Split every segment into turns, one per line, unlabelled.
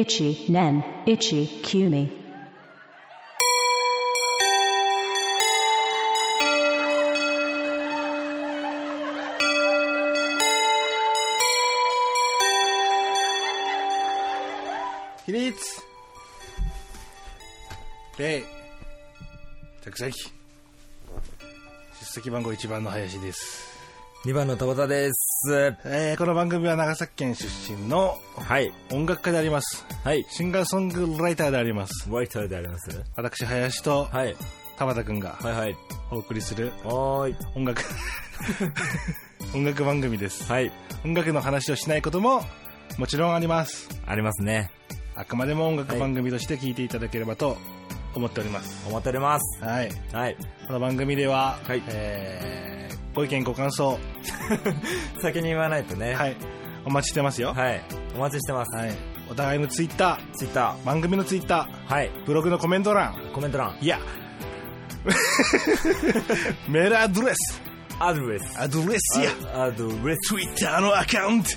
itchy nen itchy cumi
起立礼着席出席番号1番の林です、
2番の友田です。
えーこの番組は長崎県出身の
はい。
音楽家であります
はい。
シンガーソングライターであります
ワイターであります
私林と
はい。
田畑君が
はいはい。
お送りする
おーい。
音楽 音楽番組です
はい。
音楽の話をしないことももちろんあります
ありますね。
あくまでも音楽番組として聞いていただければと思っております
お待たれます。
はい
はい。
この番組では、
はい
えーご意見ご感想、
先に言わないとね。
はい、お待ちしてますよ、
はい。
はい
お待ちしてます。
お互いのツイッタ
ツイッタ
ー番組のツイッタ
ー。はい。
ーブログのコメント欄
コメント欄。
いや メールアドレス
アドレス。
アドレスや
アドレス。
ツイッターのアカウント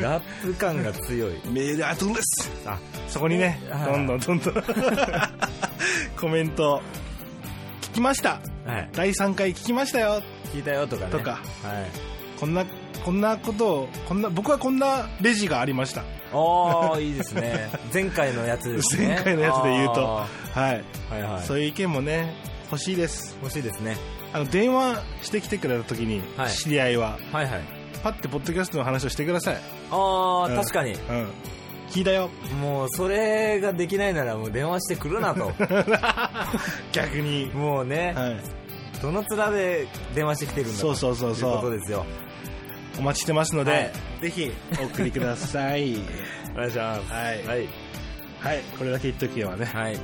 ラップ感が強い。
メールアドレス
あ、
そこにね
はい
どんどんどんどん コメント聞きました
はい。
第3回聞きましたよ
聞いたよとかね。
とか
はい。
こんなこんなことをこんな僕はこんなレジがありました
おー、いいですね。前回のやつですね。
前回のやつで言うと
あ
はい、
ーはいはい。
そういう意見もね欲しいです
欲しいですね。
あの電話してきてくれた時に、
はい
知り合いは
はいはい。
パッてポッドキャストの話をしてくださいう
あー、
ん
確かに。
うん聞いたよ
もうそれができないならもう電話してくるなと
逆に、
もうね、
はい、
どの面で電話してきてるんだ
そうそうそう
というこ
そ
と
う
ですよ
お待ちしてますので、
はい
ぜひお送りください
お願いします
はい、は
はいい
これだけ言っとけばね
はい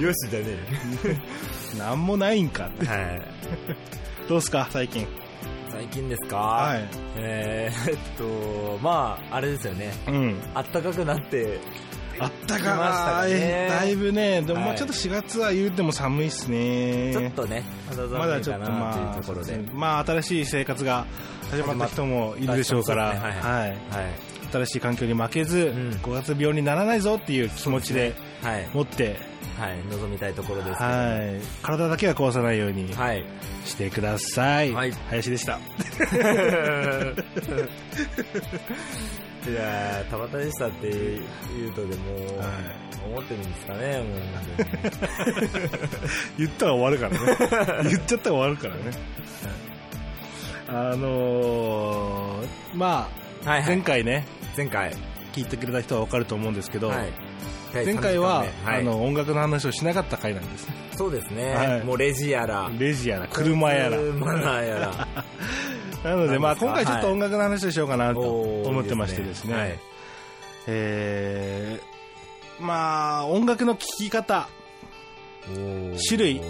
よしじゃね
なんもないんかって
えはい
どうすか最近
最近ですか、
はい
えー、っとまああれですよね
うん
あったかくなって
あった
来ました
か
か
い、
ね
だいぶねでも、
はい
まあちょっと4月は言うても寒いっすね
ちょっとね肌
ま
寒
だ
い
ちょ
か
っと
な
ま
とい
あ
うところで,、
まあ新しい生活が始まった人もいるでしょうから、
始まった人もそうですね
はい
はい
新しい環境に負けず、
ん
5月病にならないぞっていう気持ちで
はい、
持って、
はい、望みたいところですけど
はい、体だけは壊さないように
はい
してください、
はい
林でした
いやー、たまたでしたって言うとでも、
は
思ってるんですかね、もう。
言ったら終わるから ね言っちゃったら終わるからねあのーま
はい、
あ前回ね
前回。
聞いてくれた人は分かると思うんですけど、
はい。
前回は、
はい、
あの音楽の話をしなかった回なんです
そうですね、
はい
もうレジやら、
レジやら車やら
車や
な
ら。
ので、まあ、
なんですか
今回ちょっと音楽の話をしようかなと
おー
思ってましてですね、
いいで
えーまあ、音楽の聴き方
すねはい、おー
種類
聞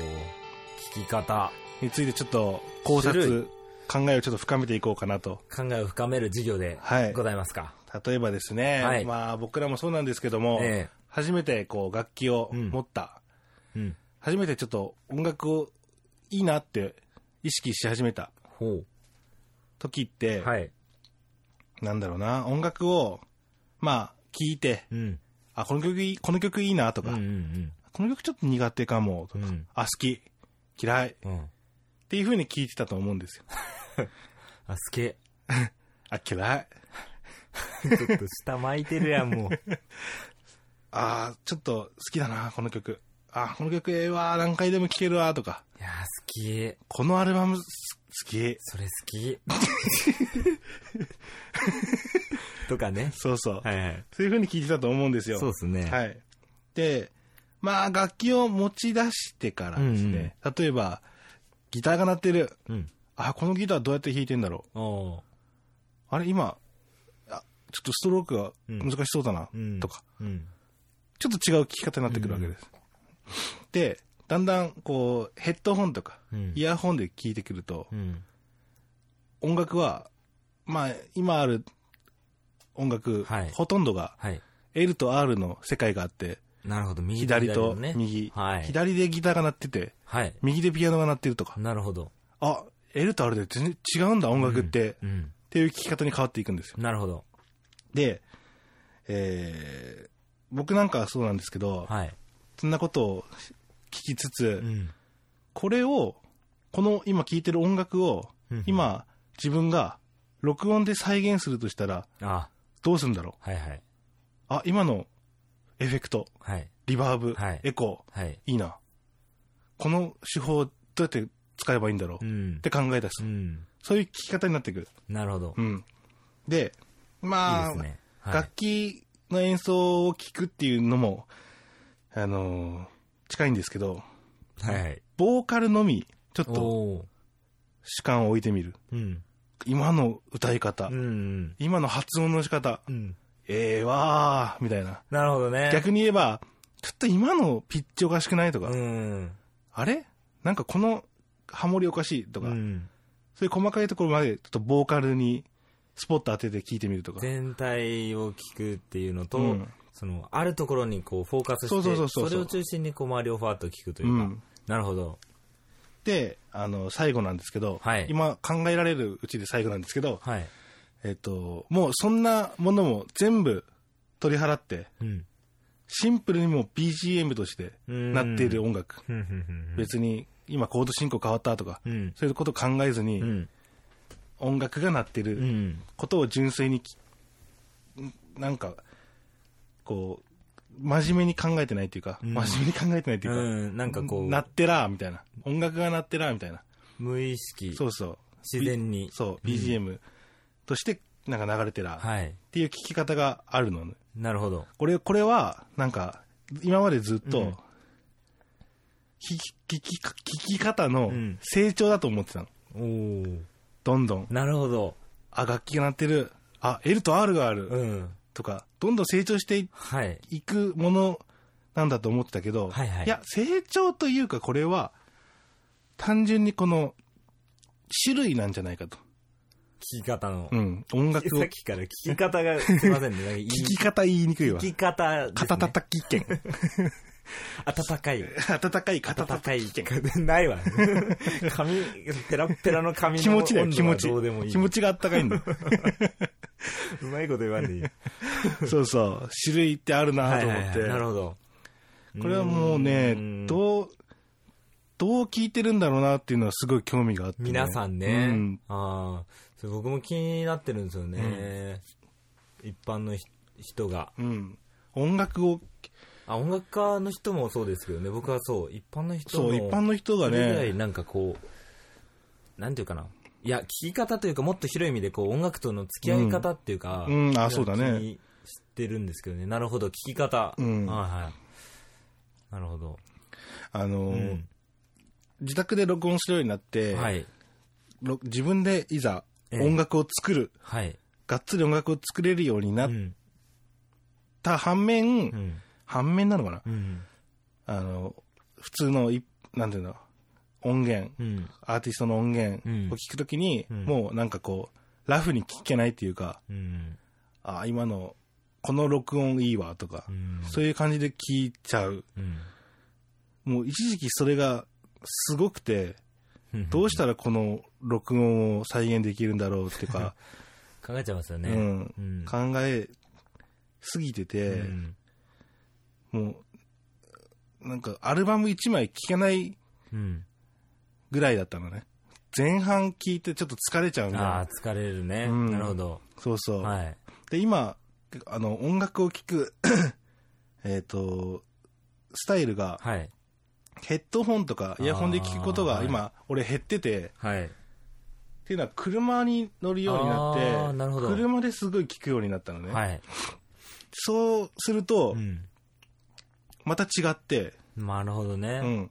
き方。
についてちょっと考
種類
察、考えをちょっと深めていこうかなと。
考えを深める授業で
はい
ございますか。
例えばですね、
はい
まあ僕らもそうなんですけども、
え
初めてこう楽器を持った、
うん。
初めてちょっと音楽をいいなって意識し始めた
ほ
時って、
う。はい。
なんだろうな、音楽を、まあ聴いて、
うん。
あ、この曲いい、この曲いいなと
う
か、
んうん
この曲ちょっと苦手かもと
うん。う
か、
ん。
あ、好き、嫌いっ
うん。
ていう風に聞いてたと思うんですよ。
あ、好き。ち
あ、嫌い。
ょっと下巻いてるやん、 もう。
ああ、ちょっと好きだな、この曲。あーこの曲ええわ、何回でも聴けるわ、とか。
いやー、好き。
このアルバムす好き。
それ好 き。とかね。
そうそう。
はいはい。
そういう風に聴いてたと思うんですよ。
そうですね。い。
はい。で、まあ、楽器を持ち出してからですね、例えば、ギターが鳴ってる。
うん。
あーこのギターどうやって弾いてんだろ
おー
う。あれ、今、あちょっとストロークが難しそうだな、
うん。
とか。。
うん。
ちょっと違う聞き方になってくるわけです。で、だんだん、こう、ヘッドホンとか、
うん
イヤホンで聞いてくると、
うん。
音楽は、まあ、今ある音楽、
はい
ほとんどが
はい。
L と R の世界があって、
なるほど。右
左と
の
右、
はい。
左でギターが鳴ってて、
はい。
右でピアノが鳴ってるとか、
なるほど。
あ、 L と R で全然違うんだ、音楽って。っ
うん。
ていう聞き方に変わっていくんですよ。
なるほど。
で、えー僕なんかはそうなんですけど、
はい。
そんなことを聞きつつ、
うん。
これを、この今聴いてる音楽を
うんうん、
今、自分が録音で再現するとしたら、
あ、
どうするんだろう
はいはい。
あ、今のエフェクト、
はい。
リバーブ、
はい
エコ
はい。
ー、いいな。この手法、どうやって使えばいいんだろう、
う
っ
ん。
て考え出す。
うん。
そういう聞き方になってくる。
なるほど
う。ん。で、まあ、
いいですね。はい
楽。器の演奏を聞くっていうのも、あのー近いんですけど、
はいはい。
ボーカルのみ、ちょっ
お
と
お
主観を置いてみる。
ー。うん。
今の歌い方、
うん。
今の発音の仕方、
うん。
ええわー、みたいな。
なるほどね。
逆に言えば、ちょっと今のピッチおかしくないとか、
うん。
あれなんかこのハモリおかしいとか、
うん。
そういう細かいところまでちょっとボーカルにスポット当てて聞いてみるとか。
全体を聞くっていうのと、
うん
その、あるところにこう、フォーカスして、
そうそうそうそう
れを中心にこう、周りをふわっと聞くといううか。
ん。
なるほど。
で、あの、最後なんですけど、
はい
今考えられるうちで最後なんですけど、
はい。
えっ、と、もうそんなものも全部取り払って、
うん。
シンプルにもう BGM としてなっている音楽。
ふんふんふんふん
別に今コード進行変わったとか、
うん。
そういうこと考えずに、
うん。
音楽が鳴って
う
る
ん。
ことを純粋にき、なんか、こう、真面目に考えてないっていうか、
うん
真面目に考えてないっていううか、
ん。なんかこ
鳴
う
っ、てらーみたいな。音楽が鳴ってらーみたいな。
無意識、
そうそう。
自然に。
そう、BGM としてなんか流れてらーっ
はい。
ていう聞き方があるのね、
なるほど。
これ、これは、なんか、今までずっ
うん
と、聞き、聞き、聞き方の
うん
成長だと思ってたの。
おお。
どんどん。
なるほど。
あ、楽器が鳴ってる。あ、L と R がある。
うん。
とか、どんどん成長して
はい。
いくものなんだと思ってたけど、
はいはい
や、成長というか、これは、単純にこの、種類なんじゃないかと。
聞き方の。
うん。音楽を。
さっ
聞
きから聞き方が、すいませんね。なんか言い
き方言いにくいわ。
聞き方です、ね。
肩たたき剣。
温かい。
温かい肩たた
戦いないわ。髪、ペラッペラの髪の
気持ちだよ、
温
気
度
持
は
ち。
どうでもいい。
気持ちがあったかいんだよ。
うまいこと言わんでいい。
そうそう。種類ってあるなと思って。
なるほど。
これはもうね
う、ん
どう、どう聞いてるんだろうなっていうのはすごい興味があって、
皆さんね。
うん
ああ、それ僕も気になってるんですよね。一般のひ人が。
うん。音楽を、
あ、音楽家の人もそうですけどね。僕はそう、一般の人
そ
も。
う、一般の人が
それぐらい
ね、
なんかこう、なんていうかな。いや、聞き方というか、もっと広い意味で、こう、音楽との付き合い方っていうか、
うんうんあそうだね
気にしてるんですけどね。なるほど、聞き方。
うん
はいはい。なるほど。
あの
う
ー、
ん
自宅で録音するようになって、
はい。
ろ自分でいざ
ええ
音楽を作る、
はい。
がっつり音楽を作れるようにな
う
っ
ん。
た反面、
うん。
反面なのかな
うん。
あの、普通のい、なんていうの、音源、
うん。
アーティストの音源
うん
を聞くときに、
うん
もうなんかこう、ラフに聞けないっていうか、
うん。
あ、今の、この録音いいわとか、
うん。
そういう感じで聞いちゃう。
うん
もう一時期それがすごくて、どうしたらこの録音を再現できるんだろうっていうか、
考えちゃいますよ
う
ね。
ん、
うん。
考えすぎて
う
て、
ん
もう、なんかアルバム1枚聴けない
うん。
ぐらいだったのね。前半聴いてちょっと疲れちゃうみたい
ああ
な。
ー、疲れるね。
うん
なるほど。
そうそう。
はい。
で、今、あの、音楽を聴く、 えっと、スタイルが、
はい。
ヘッドホンとかイヤホンで聞くこと
あ
が
ー
今、俺減ってて、っ
はい。
ていうのは車に乗るように
あ
な
ー
って、
なるほど
車ですごい聞くようになったのね。
はい。
そうすると、
うん。
また違って、
なるほど
う
ね。
ん、
うん。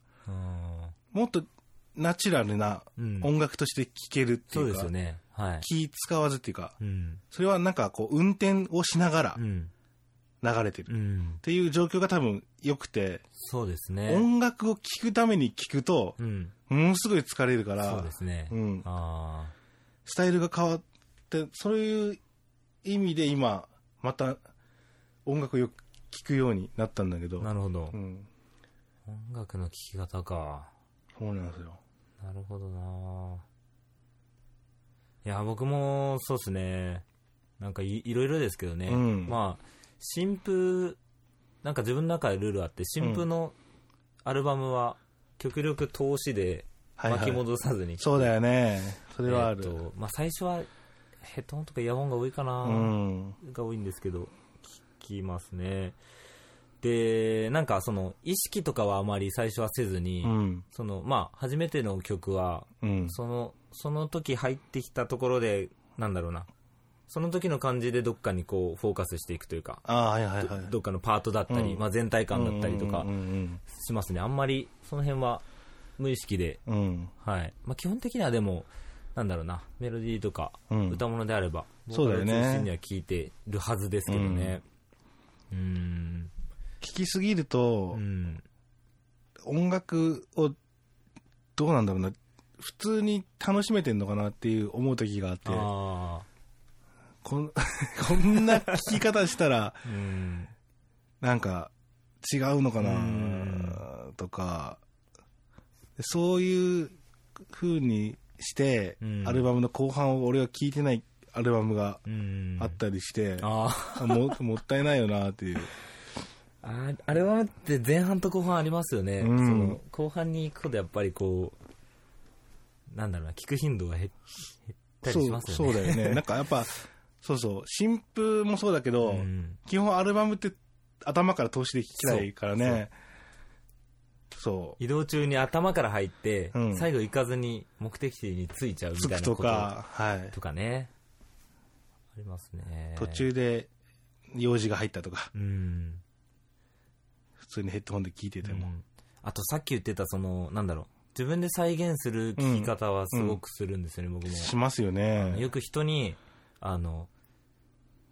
もっとナチュラルな
うん
音楽として聴けるって
そう
い
で
う
す
か、
よね。はい。
気使わずっていうか、
うん。
それはなんかこう運転をしなが
うん。
ら流れてる
う。ん
っ。ていう状況が多分良くて、
そうですね。
音楽を聴くために聴くと、
うん。
ものすごい疲れるから、
そうですね。
うん
あ
スタイルが変わって、そういう意味で今、また音楽をよく聴くようになったんだけど
あ。、なるほど
う。ん、
音楽の聴き方か。
そうなんですよ。
なるほどないや、僕もそうですね。なんかいいろいろですけどね。
うん
まあ、新風、なんか自分の中でルールあって、新風のアルバムは極力投資で
はいはい
巻き戻さずに。
そうだよね。それはある。
えーとまあ、最初はヘッドホンとかイヤホンが多いかな、
うん。
が多いんですけど、聞きますね。で、なんかその、意識とかはあまり最初はせずに、
うん。
その、まあ、初めての曲は、
うん。
その、その時入ってきたところで、なんだろうな。その時の感じでどっかにこう、フォーカスしていくというか、
ああ、はいはいはい。
どっかのパートだったり、
うん
まあ全体感だったりとか
うんうん
しますね。あんまり、その辺は、無意識で、
うんうん。
はい。まあ基本的にはでも、なんだろうな、メロディーとか、
うん
歌物であれば、
そうだよね
ボーカル中心には聴いてるはずですけどね。うーん。
聞きすぎると
う、ん。
音楽を、どうなんだろうな。普通に楽しめてんのかなっていう思う時があって、
あ
こん こんな聞き方したら、
あ。うん。
なんか違うのか
う
なんとか、そういう風にして
う、ん
アルバムの後半を俺は聞いてないアルバムが
うん。
あったりして、
ああ。
あも もったいないよな っていう。
あーアルバムって前半と後半ありますよね、
うん
その後半に行くほどやっぱりこうなんだろうな聞く頻度が減っ減ったりしますよね
そうそうだ よね。なんかやっぱ、そうそう、新譜もそうだけど、
うん
基本アルバムって頭から通しで聞きないからね。そう。
移動中に頭から入って、
うん
最後行かずに目的地に着いちゃうみ
つ
たい
く
なこと
とか、はい。
とかねありますね
途中で用事が入ったとか、
うん
普通にヘッドホンで聞いてて
う
も。
んあとさっき言ってたそのなんだろう自分で再現する聞き方はすごくするんですよね、僕も
しますよね。
よく人にあの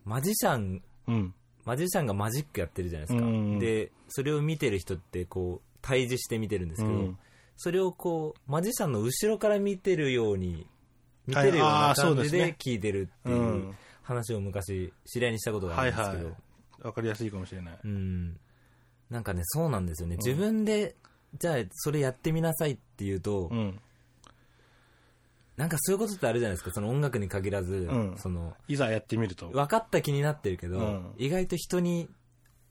マジシャン
うん。
マジシャンがマジックやってるじゃないですか、
うん
でそれを見てる人ってこう対峙して見てるんですけど、
うん
それをこうマジシャンの後ろから見てるように見て
はい
るよう
あ
な
ー
感
そうで
じ
すね
で聞いてるって
う
いうん話を昔知り合いにしたことがあ
は
る
い
んです
は
けど、
い。わかりやすいかもしれない。
うんなんかねそうなんですよね、自分でじゃあそれやってみなさいっていうと、
うん。
なんかそういうことってあるじゃないですかその音楽に限らず、
うん
その
いざやってみると。
分かった気になってるけど、
うん
意外と人に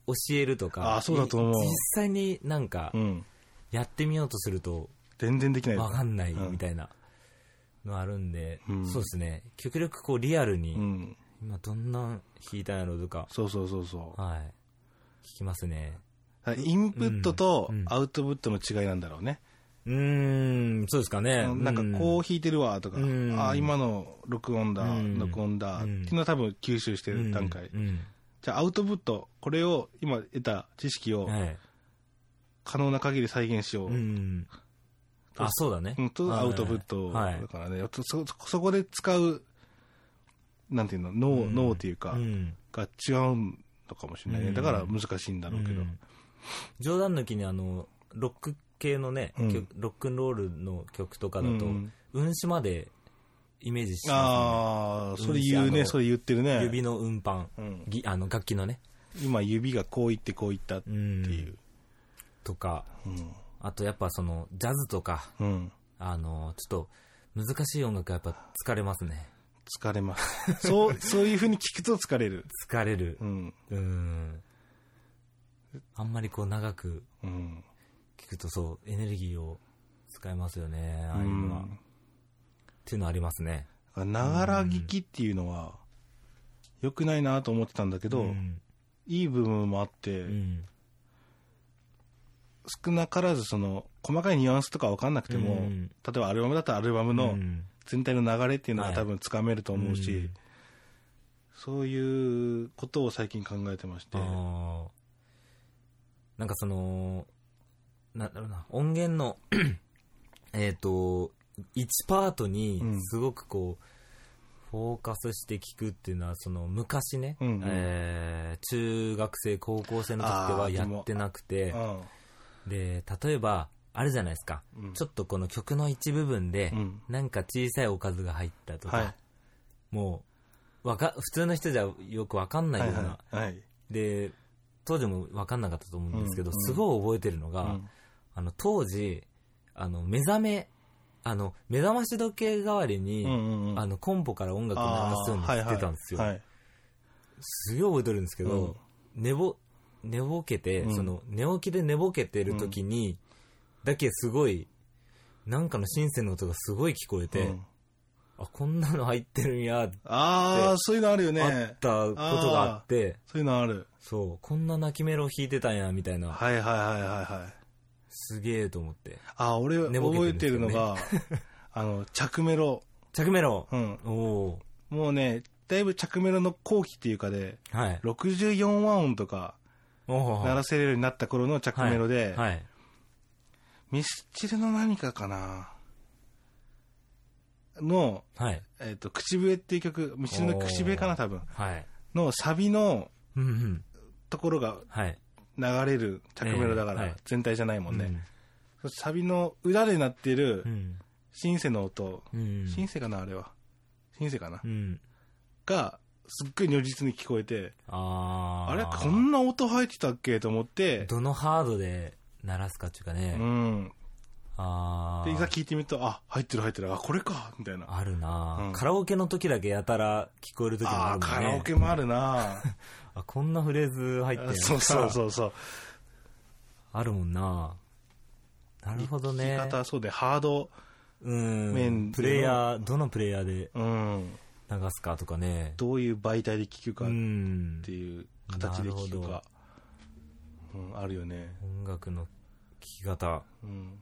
教えるとか
あそうだと思う
い実際になんか
うん。
やってみようとすると
全然できない。
分かんない
うん
みたいなのあるんで、
うん
そうですね極力こうリアルに、
うん。
今どんなん弾いたんやろうとか、
そうそうそうそう。
はい、聞きますね
インプットと
うんうん
アウトプットの違いなんだろうね。
うーんそうですかね
なんかこう弾いてるわとか、
うん
ああ、今の録音だ、
うん
録音だ、
うん
っていうのは多分吸収して
う
る
ん
段階。
うん
じゃあアウトプット、これを今得た知識を
はい
可能な限り再現しよう。
う
うん
んあそうだね、
とアウトプット
はい
だからね、そそそこで使う、なんていうの、脳、
うん
脳っていうか、
うん
が違うのかもしれないね。
うん
だから難しいんだろうけど。
うん冗談抜きにあのロック系のね、
うん
曲ロックンロールの曲とかだと、
うん
運指までイメージしてま
ああ、それ言う
うんあ
ね、
の
それ言ってる
すね
ね。
指の運搬、
うん
ぎあの楽器のね、
今指がこういってこういったって
うん
いう。
とか
うん。
あとやっぱそのジャズとか
うん。
あのちょっと難しい音楽はやっぱ疲れますね
疲れます。 そう、そういう風に聞くと疲れる。
疲れる
うん。
うんあんまりこう長く
うん。
聞くとそうエネルギーを使えますよねああいううのは、っ
ん
ていうのありますね
だからながら聞きっていうのは、良くないなと思ってたんだけど、
ん
いい部分もあって、
うん
少なからずその、細かいニュアンスとかわかんなくても、
うん
例えばアルバムだったらアルバム
う
の
ん
全体の流れっていうのが
はい
多分つかめると思うし、
うん
そういうことを最近考えてまして、
あーなんかその、なんだろうな、音源の、 えっと、1パートに
うん
すごくこう、フォーカスして聞くっていうのは、その昔ね、
うんうん
えー中学生、高校生の時
あ
は
ー
やってなくて、
うん
で、例えば、あるじゃないですか、
うん
ちょっとこの曲の一部分で、
うん
なんか小さいおかずが入ったとか、
はい
もう、わか、普通の人じゃよくわかんない
は
よ
いう
な、
はいはい。
で当時も分かんなかったと思うんですけど、
うんうん
すごい覚えてるのが、
うん
あの当時あの目覚めあの、目覚まし時計代わりに、
うんうんうん
あの、コンポから音楽流すように
あー
してたんですよ。
はいはいはい
すげえ覚えてるんですけど、寝ぼ、寝ぼけて、
うん
その、寝起きで寝ぼけてる時に、だけすごい、なんかのシンセの音がすごい聞こえて、
うん
あ、こんなの入ってるんや、
ああ、そういうのあるよ
あ
ね
っ。たことがあって、
そういうのある。
そう、こんな泣きメロ弾いてたんや、みたいな、
はいはいはいはいはい。
すげえと思って。
あ、俺
寝ぼけ
覚えて
てる
る
ん
の
ですよ
が、 あの、着メロ。
着メロ、
うん。
おお
もうね、だいぶ着メロの後期っていうかで、
ーはい。
64和音とか
おお
鳴らせるようになった頃の着メロで、
はい。
ミスチルの何かかなの、
はい。
えっ、と、口笛っていう曲、ミスチルの口笛かな多分。
はい。
のサビの
うんうん。
ところが
はい。
流れる着メロだから、
ええはい
全体じゃないもんね。サビの裏で鳴ってる
うん。
シンセの音、
うん。うん
シンセかなあれは。シンセかな、
うん。
が、すっごい如実に聞こえて、
あ
あ
ー
れこんな音入ってたっけと思って、
どのハードで鳴らすかっていうかね。
うん。
ああ。
で、いざ聞いてみると、あ、入ってる入ってる、あ、これか、みたいな。
あるなあ、
うん
カラオケの時だけやたら聞こえる時も
あ
あ
ー
るもんね。
カラオケもある な
あ、こんなフレーズ入ってんの
そうそうそうそう。
あるもんななるほどね。
聞き方、そうで、ハード、
うん。
面での
プレイヤー、どのプレイヤーで
うん。
流すかとかね。
どういう媒体で聞くか
う
っ
ん
て。いう形で聞くか。うん、あるよね。
音楽の聞き方。
うん。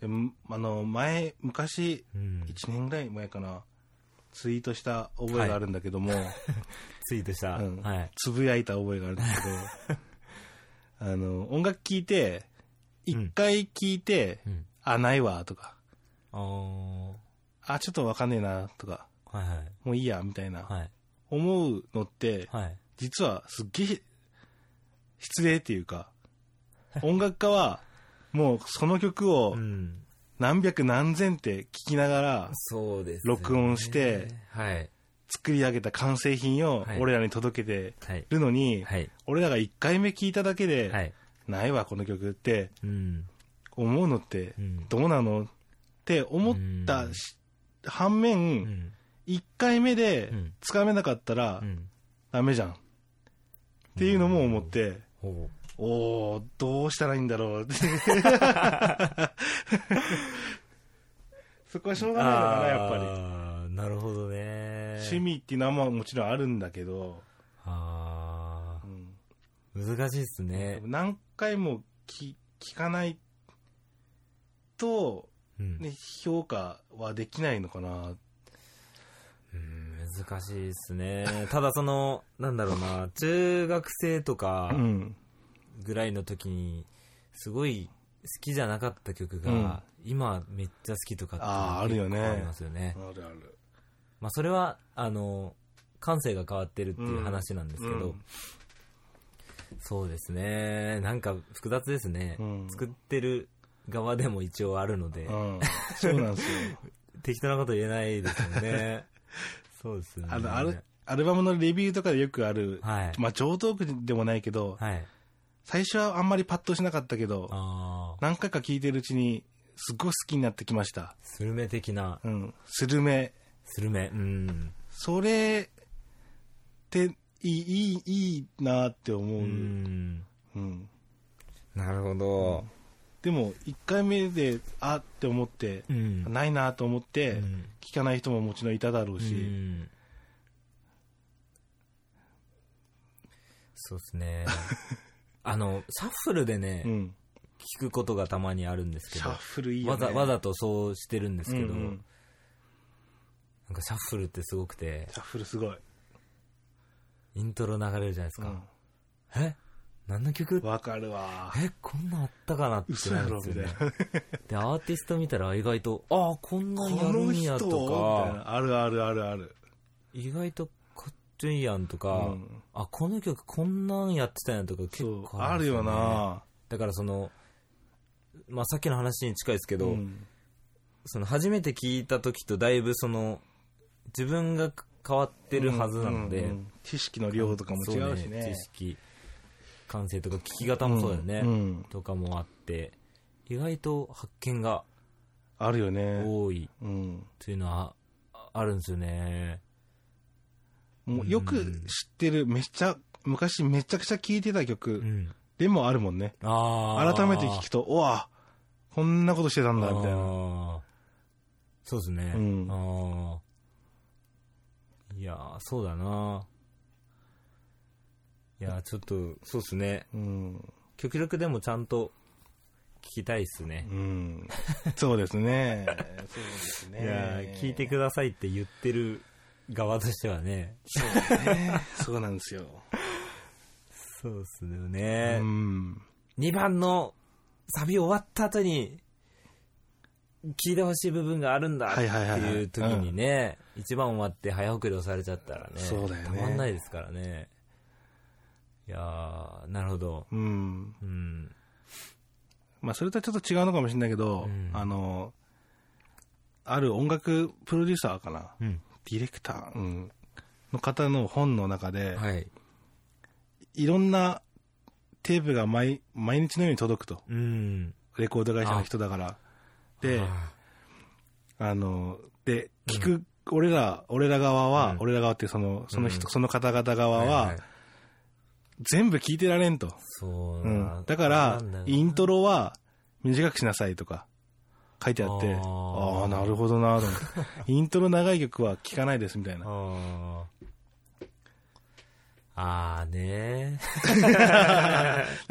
でんあの、前、昔、
うん。
1年ぐらい前かな、ツイートした覚えがあるんだけど も、
ツイートした。
うん
はい。
つぶやいた覚えがあるんだけ ど、あの、音楽聴いて、一回聴いて、
うん。
あ、ないわ、とか、
あー
あ、ちょっとわかんねえな、とか、
はいはい。
もういいや、みたいな、
はい。
思うのって、
はい。
実はすっげえ、失礼っていうか、 音楽家は、もうその曲を
うん。
何百何千って聴きながら
そうです、
録音して、
はい。
作り上げた完成品を
はい
俺らに届けて
はい。
るのに、
はい。
俺らが1回目聴いただけで、
はい。
ないわ、この曲って
うん。
思うのって
う、ん。
どうなのって思ったし反
う
面、
ん。
1回目で
うん
つかめなかったら
うん。
ダメじゃん。っていうのも思って、
ほ
おー、どうしたらいいんだろう って。そこはしょう
う。
がないのかな、やっぱ
ぱり。なるほど
り。。
ね
趣味っていうのはまあもちろんあるんだけど、
あ
うん
ー難しいっすね。
何回も聞聞かないと、
うん。
ね、評価はできないのかな。
うん難しいっすね。ただその、なんだろうな、中学生とか
うん。
ぐらいの時に、すごい好きじゃなかった曲が、
うん
今めっちゃ好きとかっていうの
あーあるよね
結構ありますよね。
あるある。
まあ、それは、あの、感性が変わってるっていう話なんですけど、
うん
そうですね。なんか複雑ですね。
うん
作ってる側でも一応あるので、
うん。そうなんですよ。
適当なこと言えないですよね。 そうですね。
あの、ある、アルバムのレビューとかでよくある、
はい。
まあ上等句でもないけど、
はい。
最初はあんまりパッとしなかったけど、
ああ、
何回か聴いてるうちに、すっごい好きになってきました。
スルメ的な、
うん。スルメ。
スルメ。うん。
それって、いい、いい、いいなって思う。
う
うん。
ん。なるほど。
でも、一回目で、あって思って、
うん。
ないなと思って、
うん
聞かない人ももちろんいただろうし、
うんそうですね。 あの、シャッフルでね、
うん
聞くことがたまにあるんですけ
シャ
ど、
ッフルいいよ
わ
ね。
ざわざとそうしてるんですけど、
うんうん
なんかシャッフルってすごくて
シ、ャッフルすごい。
イントロ流れるじゃないです
う
か
ん。
え何の曲
わ、かるわ。
えこんなんあったかなって
嘘
な
や
るん
ろ
で、す
み
よ
たい
ね
な。。
で、アーティスト見たら意外と、ああ、こんなんや
こ
る
の
んや
人み
と
たい
か、
な。あるあるあるある。
意外とかっちょいいやんとか、
うん
あ、この曲こんなんやってたんやとか結
そう
構、
あ
んで
る
す
よ
ね。
な。
だからその、まあ、さっきの話に近いですけど、
うん
その初めて聞いた時とだいぶその、自分が変わってるはずなので、
うんうんうん知識の量とかも違うしね
そ知識、感性とか聞き方もそうだよね、
うんうん
とかもあって、意外と発見が
あるよね。
多い
うん。
というのはああるんですよね。
もうよく
うん
知ってる、めっちゃ、昔めちゃくちゃ聴いてた
う
曲
ん。
でもあるもんね。
ああ。
改めて聞くと、うわ、こんなことしてたんだ、みたいな。
な。そうですね。
うん
あーいやー、そうだな。いやー、ちょっと、そうですね。
うん。
極力でもちゃんと聞きたいですね。
うん。そうですね。そうですね。
いやー、聞いてくださいって言ってる側としてはね。
ねそうなんですよ。
そうっすよ
う
ね。
ん。
2番のサビ終わった後に、聞いてほしい部分があるんだって
はいはいはいはい
いう時にね、一番終わって早送りをされちゃったらね、
そうだよね
たまんないですからね。いやー、なるほど。
うん。
うん。
まあ、それとはちょっと違うのかもしれないけど、
うん
あの、ある音楽プロデューサーかな、
うん。
ディレクター、うんの方の本の中で、
はい。
い、ろんなテープが毎毎日のように届くと。
うん。
レコード会社の人だから。で、
あ
あの、で、聞く、俺ら、俺ら側は、
うん
俺ら側ってその、その人、
うん
その方々側
ー
は、
はいはい
全部聞いてられんと。
そう
う、
なん
だから
なんだよ、な
イントロは短くしなさいとか書いてあって、
あ
あ
ー
あー、なるほどなと思って、 イントロ長い曲は聴かないですみたいな。
あーあーね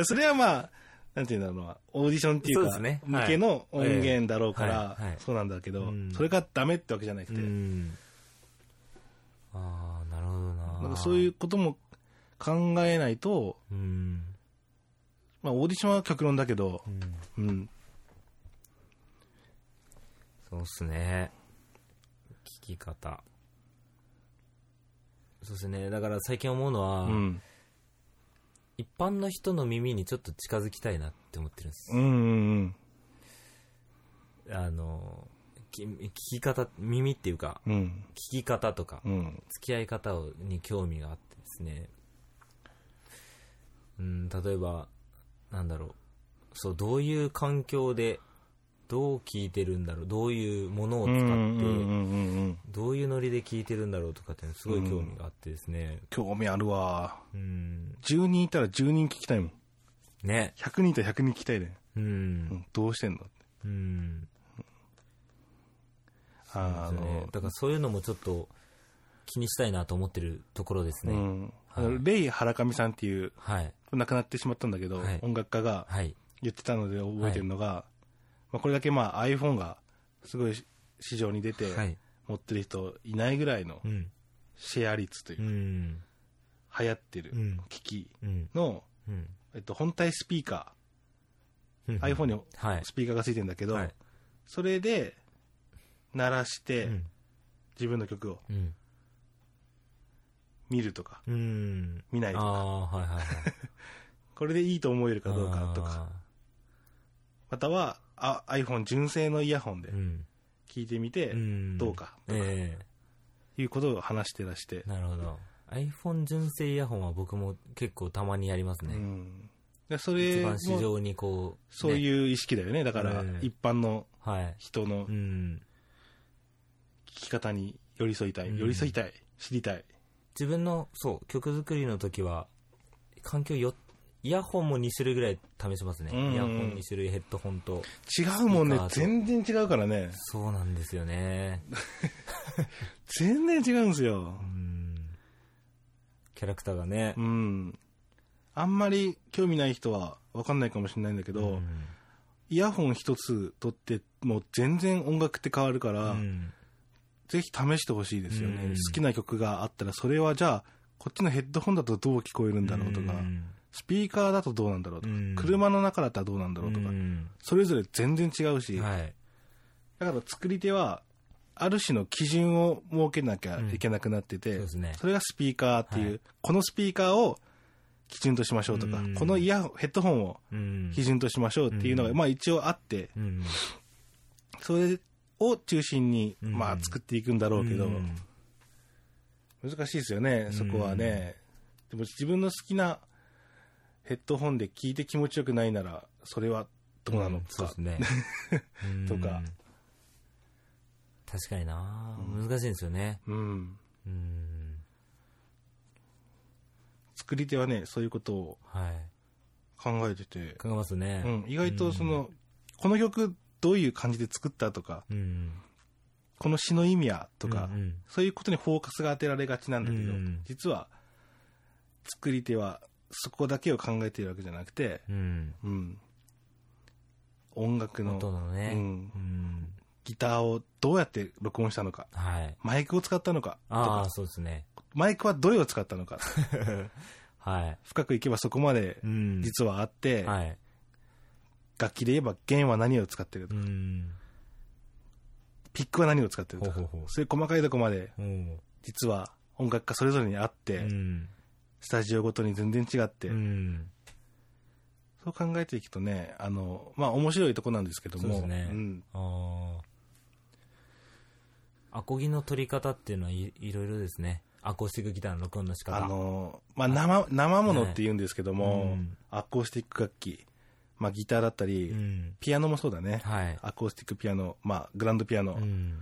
それはまあ、なんていうんだろうな、オーディションっていう
そ
か、
うですねは
向
い
けの音源だろうか
ええはいは
ら
い、
そうなんだけど
うん、
それがダメってわけじゃなくて、
うん。ああ、なるほどな。
なんかそういうことも考えないと、
うん。
まあオーディションは極論だけど
う、ん。
うん、
そうっすね。聞き方。そうっすね。だから最近思うのは、
うん、
一般の人の耳にちょっと近づきたいなって思ってるんです。
うん、うん、
あの、き聞き方、耳っていうか、
うん、
聞き方とか、
うん、
付き合い方をに興味があってですね。うん、例えば、なんだろう。そう、どういう環境で、どう聞いてるんだろう。どういうものを
うん、うん、う
使
ん、
って、
うんうん、
どういうノリで聞いてるんだろうとかっていうのすごい興味があってですね。
興味あるわ。
うん、
10人いたら10人聞きたいもん。
ね。
100人いたら100人聞きたいね。
う。
うんん、どうしてんの
うん。
あ
そうですね
の、
だからそういうのもちょっと気にしたいなと思ってるところです
う
ね。
ん
はい
あのレイ・ハラカミさんっていう、
はい。
亡くなってしまったんだけど、
はい
音楽家が
はい。
言ってたので覚えてるのが、まあ、これだけまあ iPhone がすごい市場に出て、
はい。
持ってる人いないぐらいの
うん。
シェア率という
う
か、流
ん。
行ってる
うん
機器
うん。
の、
うん。
えっと、本体スピーカー、iPhone に
はい。
スピーカーがついてるんだけど、
はい
それで鳴らして、
うん
自分の曲を
うん。
見るとか、
うん。
見ないと
あ
か、
あ、はいはいはい。
これでいいと思えるかどうかとか、またはあ iPhone 純正のイヤホン
あ
で
ー。うん。
聞いてみて、
ん
どうかとか
え
いうことを話してらして
え、なるほど。iPhone 純正イヤホンは僕も結構たまにやります
う
ね。
ん、でそ
一
れも
番市場にこう。
そう
う。
いう意識だよねだから
うん
一般の
はい。
人の
う
聞
ん。
き方に寄り添いたい、
うん
寄り添いたい知りたい
自分の、そう、曲作りの時は、環境よ、イヤホンも2種類ぐらい試しますね。
うん
イヤホン2種類、ヘッドホンと。
違うもんね
スピーカーと
全然違うからね
そうなんですよね。
全然違うんですよ
うん。キャラクターがね
う。んあんまり興味ない人は分かんないかもしれないんだけど、
うん
イヤホン一つ取ってもう全然音楽って変わるから、
うん
ぜひ試してほしいですよね、
うん
好きな曲があったらそれはじゃあこっちのヘッドホンだとどう聞こえるんだろうとか、
ん
スピーカーだとどうなんだろうとか、
うん
車の中だったらどうなんだろうとか、
ん
それぞれ全然違うし、
はい。
だから作り手はある種の基準を設けなきゃいけなくなってて、
んそうですね
れがスピーカーっていう、
はい
このスピーカーを基準としましょうとか、
うん
このイヤホンヘッドホンを
うん
基準としましょうっていうのが、
うん
まあ一応あって
うん。
それを中心に、
うん
まあ作っていくんだろうけど、
うん
難しいですよね、そこはね。でも自分の好きなヘッドホンで聞いて気持ちよくないなら、それはどうなの
そう
か
です。ね。
とか
うん確かにな、
うん
難しいんですよね。
うん。
うん。
作り手はね、そういうことを
はい。
考えてて、
考えますね。
うん、意外とその、この曲どういう感じで作ったとか、
うん。うん。
この詩の意味やとか、
うんうん
そういうことにフォーカスが当てられがちなんだけど、
うん
実は作り手はそこだけを考えているわけじゃなくて、
うん。
うん、音楽の
音のね。
う
うんん。
ギターをどうやって録音したのか、
はい。
マイクを使ったのかと
あ
か
あ、、そうですね。
マイクはどれを使ったのか、
はい。
深くいけばそこまで
うん。
実はあって、
はい。
楽器で言えば弦は何を使ってると
う
か、
ん。
ピックは何を使ってるとか
ほうほうほ、う
そういう細かいとこまで
おう
実は音楽家それぞれにあって、
うん。
スタジオごとに全然違って、
うん。
そう考えていくとね、あの、まあ、面白いとこなんですけども、
そうですね
ん、
ああ。アコギの取り方っていうのはい、いろいろですね。アコースティックギターの録音の仕方。
あの、まあ、生、生ものって言うんですけども、
はいうん
アコースティック楽器、まあ、ギターだったり、
うん。
ピアノもそうだね、
はい。
アコースティックピアノ、まあ、グランドピアノ
うん。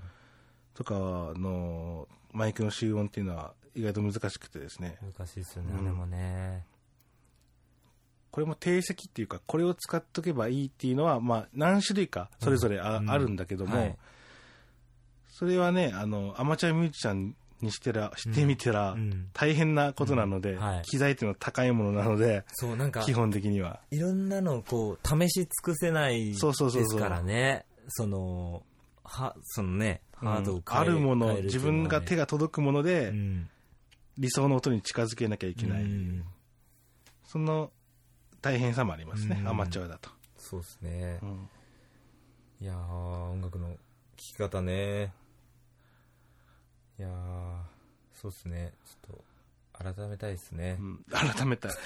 とかの、マイクの集音っていうのは意外と難しくてですね、
難しいですよね、
うん
あれもね。
これも定石っていうか、これを使っとけばいいっていうのは、まあ、何種類かそれぞれあ,、
うん
あるんだけども、
はい
それはね、あの、アマチュアミュージシャンにしてら、してみてら、
うん。
大変なことなので、
うんはい
機材っていうのは高いものなので、
そう、なんか、
基本的には。
いろんなのをこう、試し尽くせないで
そうそうそうそう
すからね。その、は、そのね、ハードを変
あ
える、
るもの、
変えるって
自
いうのは
分
ね
が手が届くもので、
うん。
理想の音に近づけなきゃいけない。
うん
その大変さもありますね、
うん
アマチュアだと。
そうですね
う。ん
いやー、音楽の聴き方ね。いやー、そうですね。ちょっと、改めたいですね
う。ん改めたい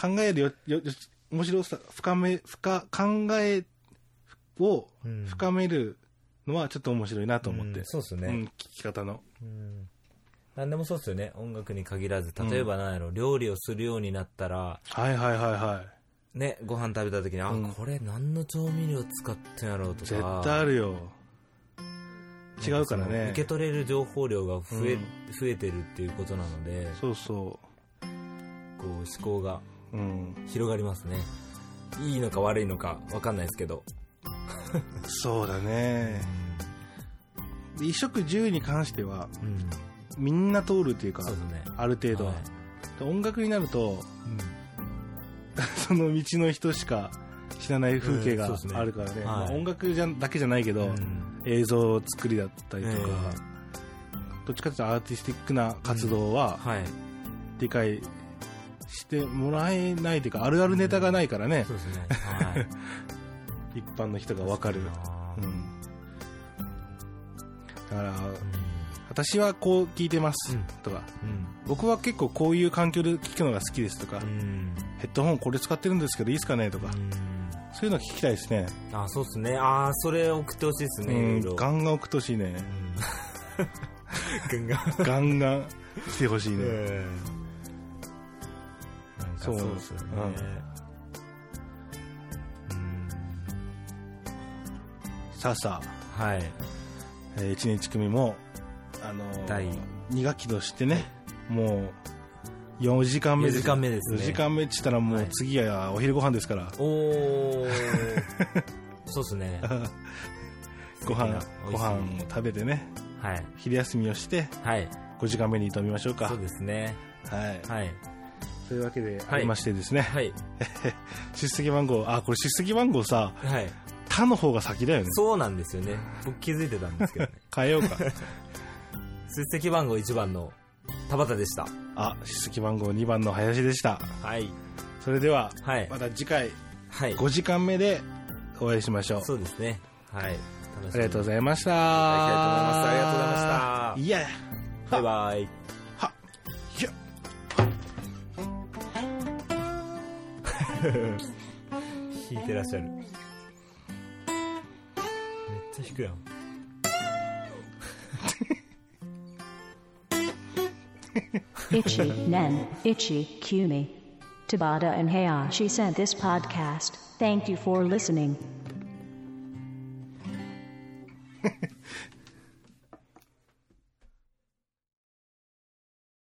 考えるよ、よ、よし面白さ、深め、深、考えを
うん
深めるのはちょっと面白いなと思って。
うんそうです
うん
ね。
聞き方の。
うん。何でもそうですよね。音楽に限らず、例えば何やろ、料理をするようになったら、
はいはいはいはい。
ね、ご飯食べた時に、あ、
うん
これ何の調味料使ってんやろうとか。
絶対あるよ。違うから
その
ね。
受け取れる情報量が増え,、増えてるっていうことなので、
そうそ
こう思考が
う。うん。
広がりますね。いいのか悪いのか分かんないですけど。
そうだね。衣食住に関しては、
うん。
みんな通るというか
そう、ですね。
ある程度は。
はい
で音楽になると、その道の人しか知らない風景
う
が
んそうですね
あるからね。
はい
まあ音楽じゃだけじゃないけど、
うん
映像作りだったりとか、
え
どっちかというとアーティスティックな活動は
はい。
理解してもらえないというか、あるあるネタがないからね
そ、うですね。はい。
一般の人がわかる。
あ
う
ーうん
んだから、私はこう聞いてます
うん
とか、
うん
僕は結構こういう環境で聞くのが好きですとか、
うん。
ヘッドホンこれ使ってるんですけどいいですかねとか、
うん
そういうの聞きたいですね。
あ、そうですね。あーそれ送ってほしいです
う
ね。いろ
ん、
いろ
ガンガン送ってほしいね
う。ん ガンガン。
ガンガン来てほしいね。
なんか
そ
そううですよね。うん
さあさあ、
はい。
えー、1日組も、あの
第
2学期としてね、もう4時間目
4時間目ですね
4時間目って言ったらも
は
う
い
次はお昼ご飯ですから、
おー。 そうですね。
ご飯
素
ご飯
敵な美
を
味しい
食べてね、
はい。
昼休みをして
はい。
5時間目に挑みましょうか。
そうですね。
はい。
はい。
というわけでありましてですね、
はい。
出席番号、あ、これ出席番号さ、
はい。
他の方が先だよね。
そうなんですよね。僕気づいてたんですけ どね。
変えようか。
出席番号1番の田畑でした。
あ、出席番号2番の林でした。
はい。
それでは、
はい
ま。た次回
はい。
5時間目でお会いしましょう。
そうですね。はい。楽
ありがとうご
い
ざいました。
ただきたいと思いますありがとうございました
いやいや、
ます。バイバイ。
いや
弾いてらっしゃるめっちゃ弾くやん
Ichi Nen Ichi Kumi. Tabata and Hayashi sent this podcast. Thank you for listening.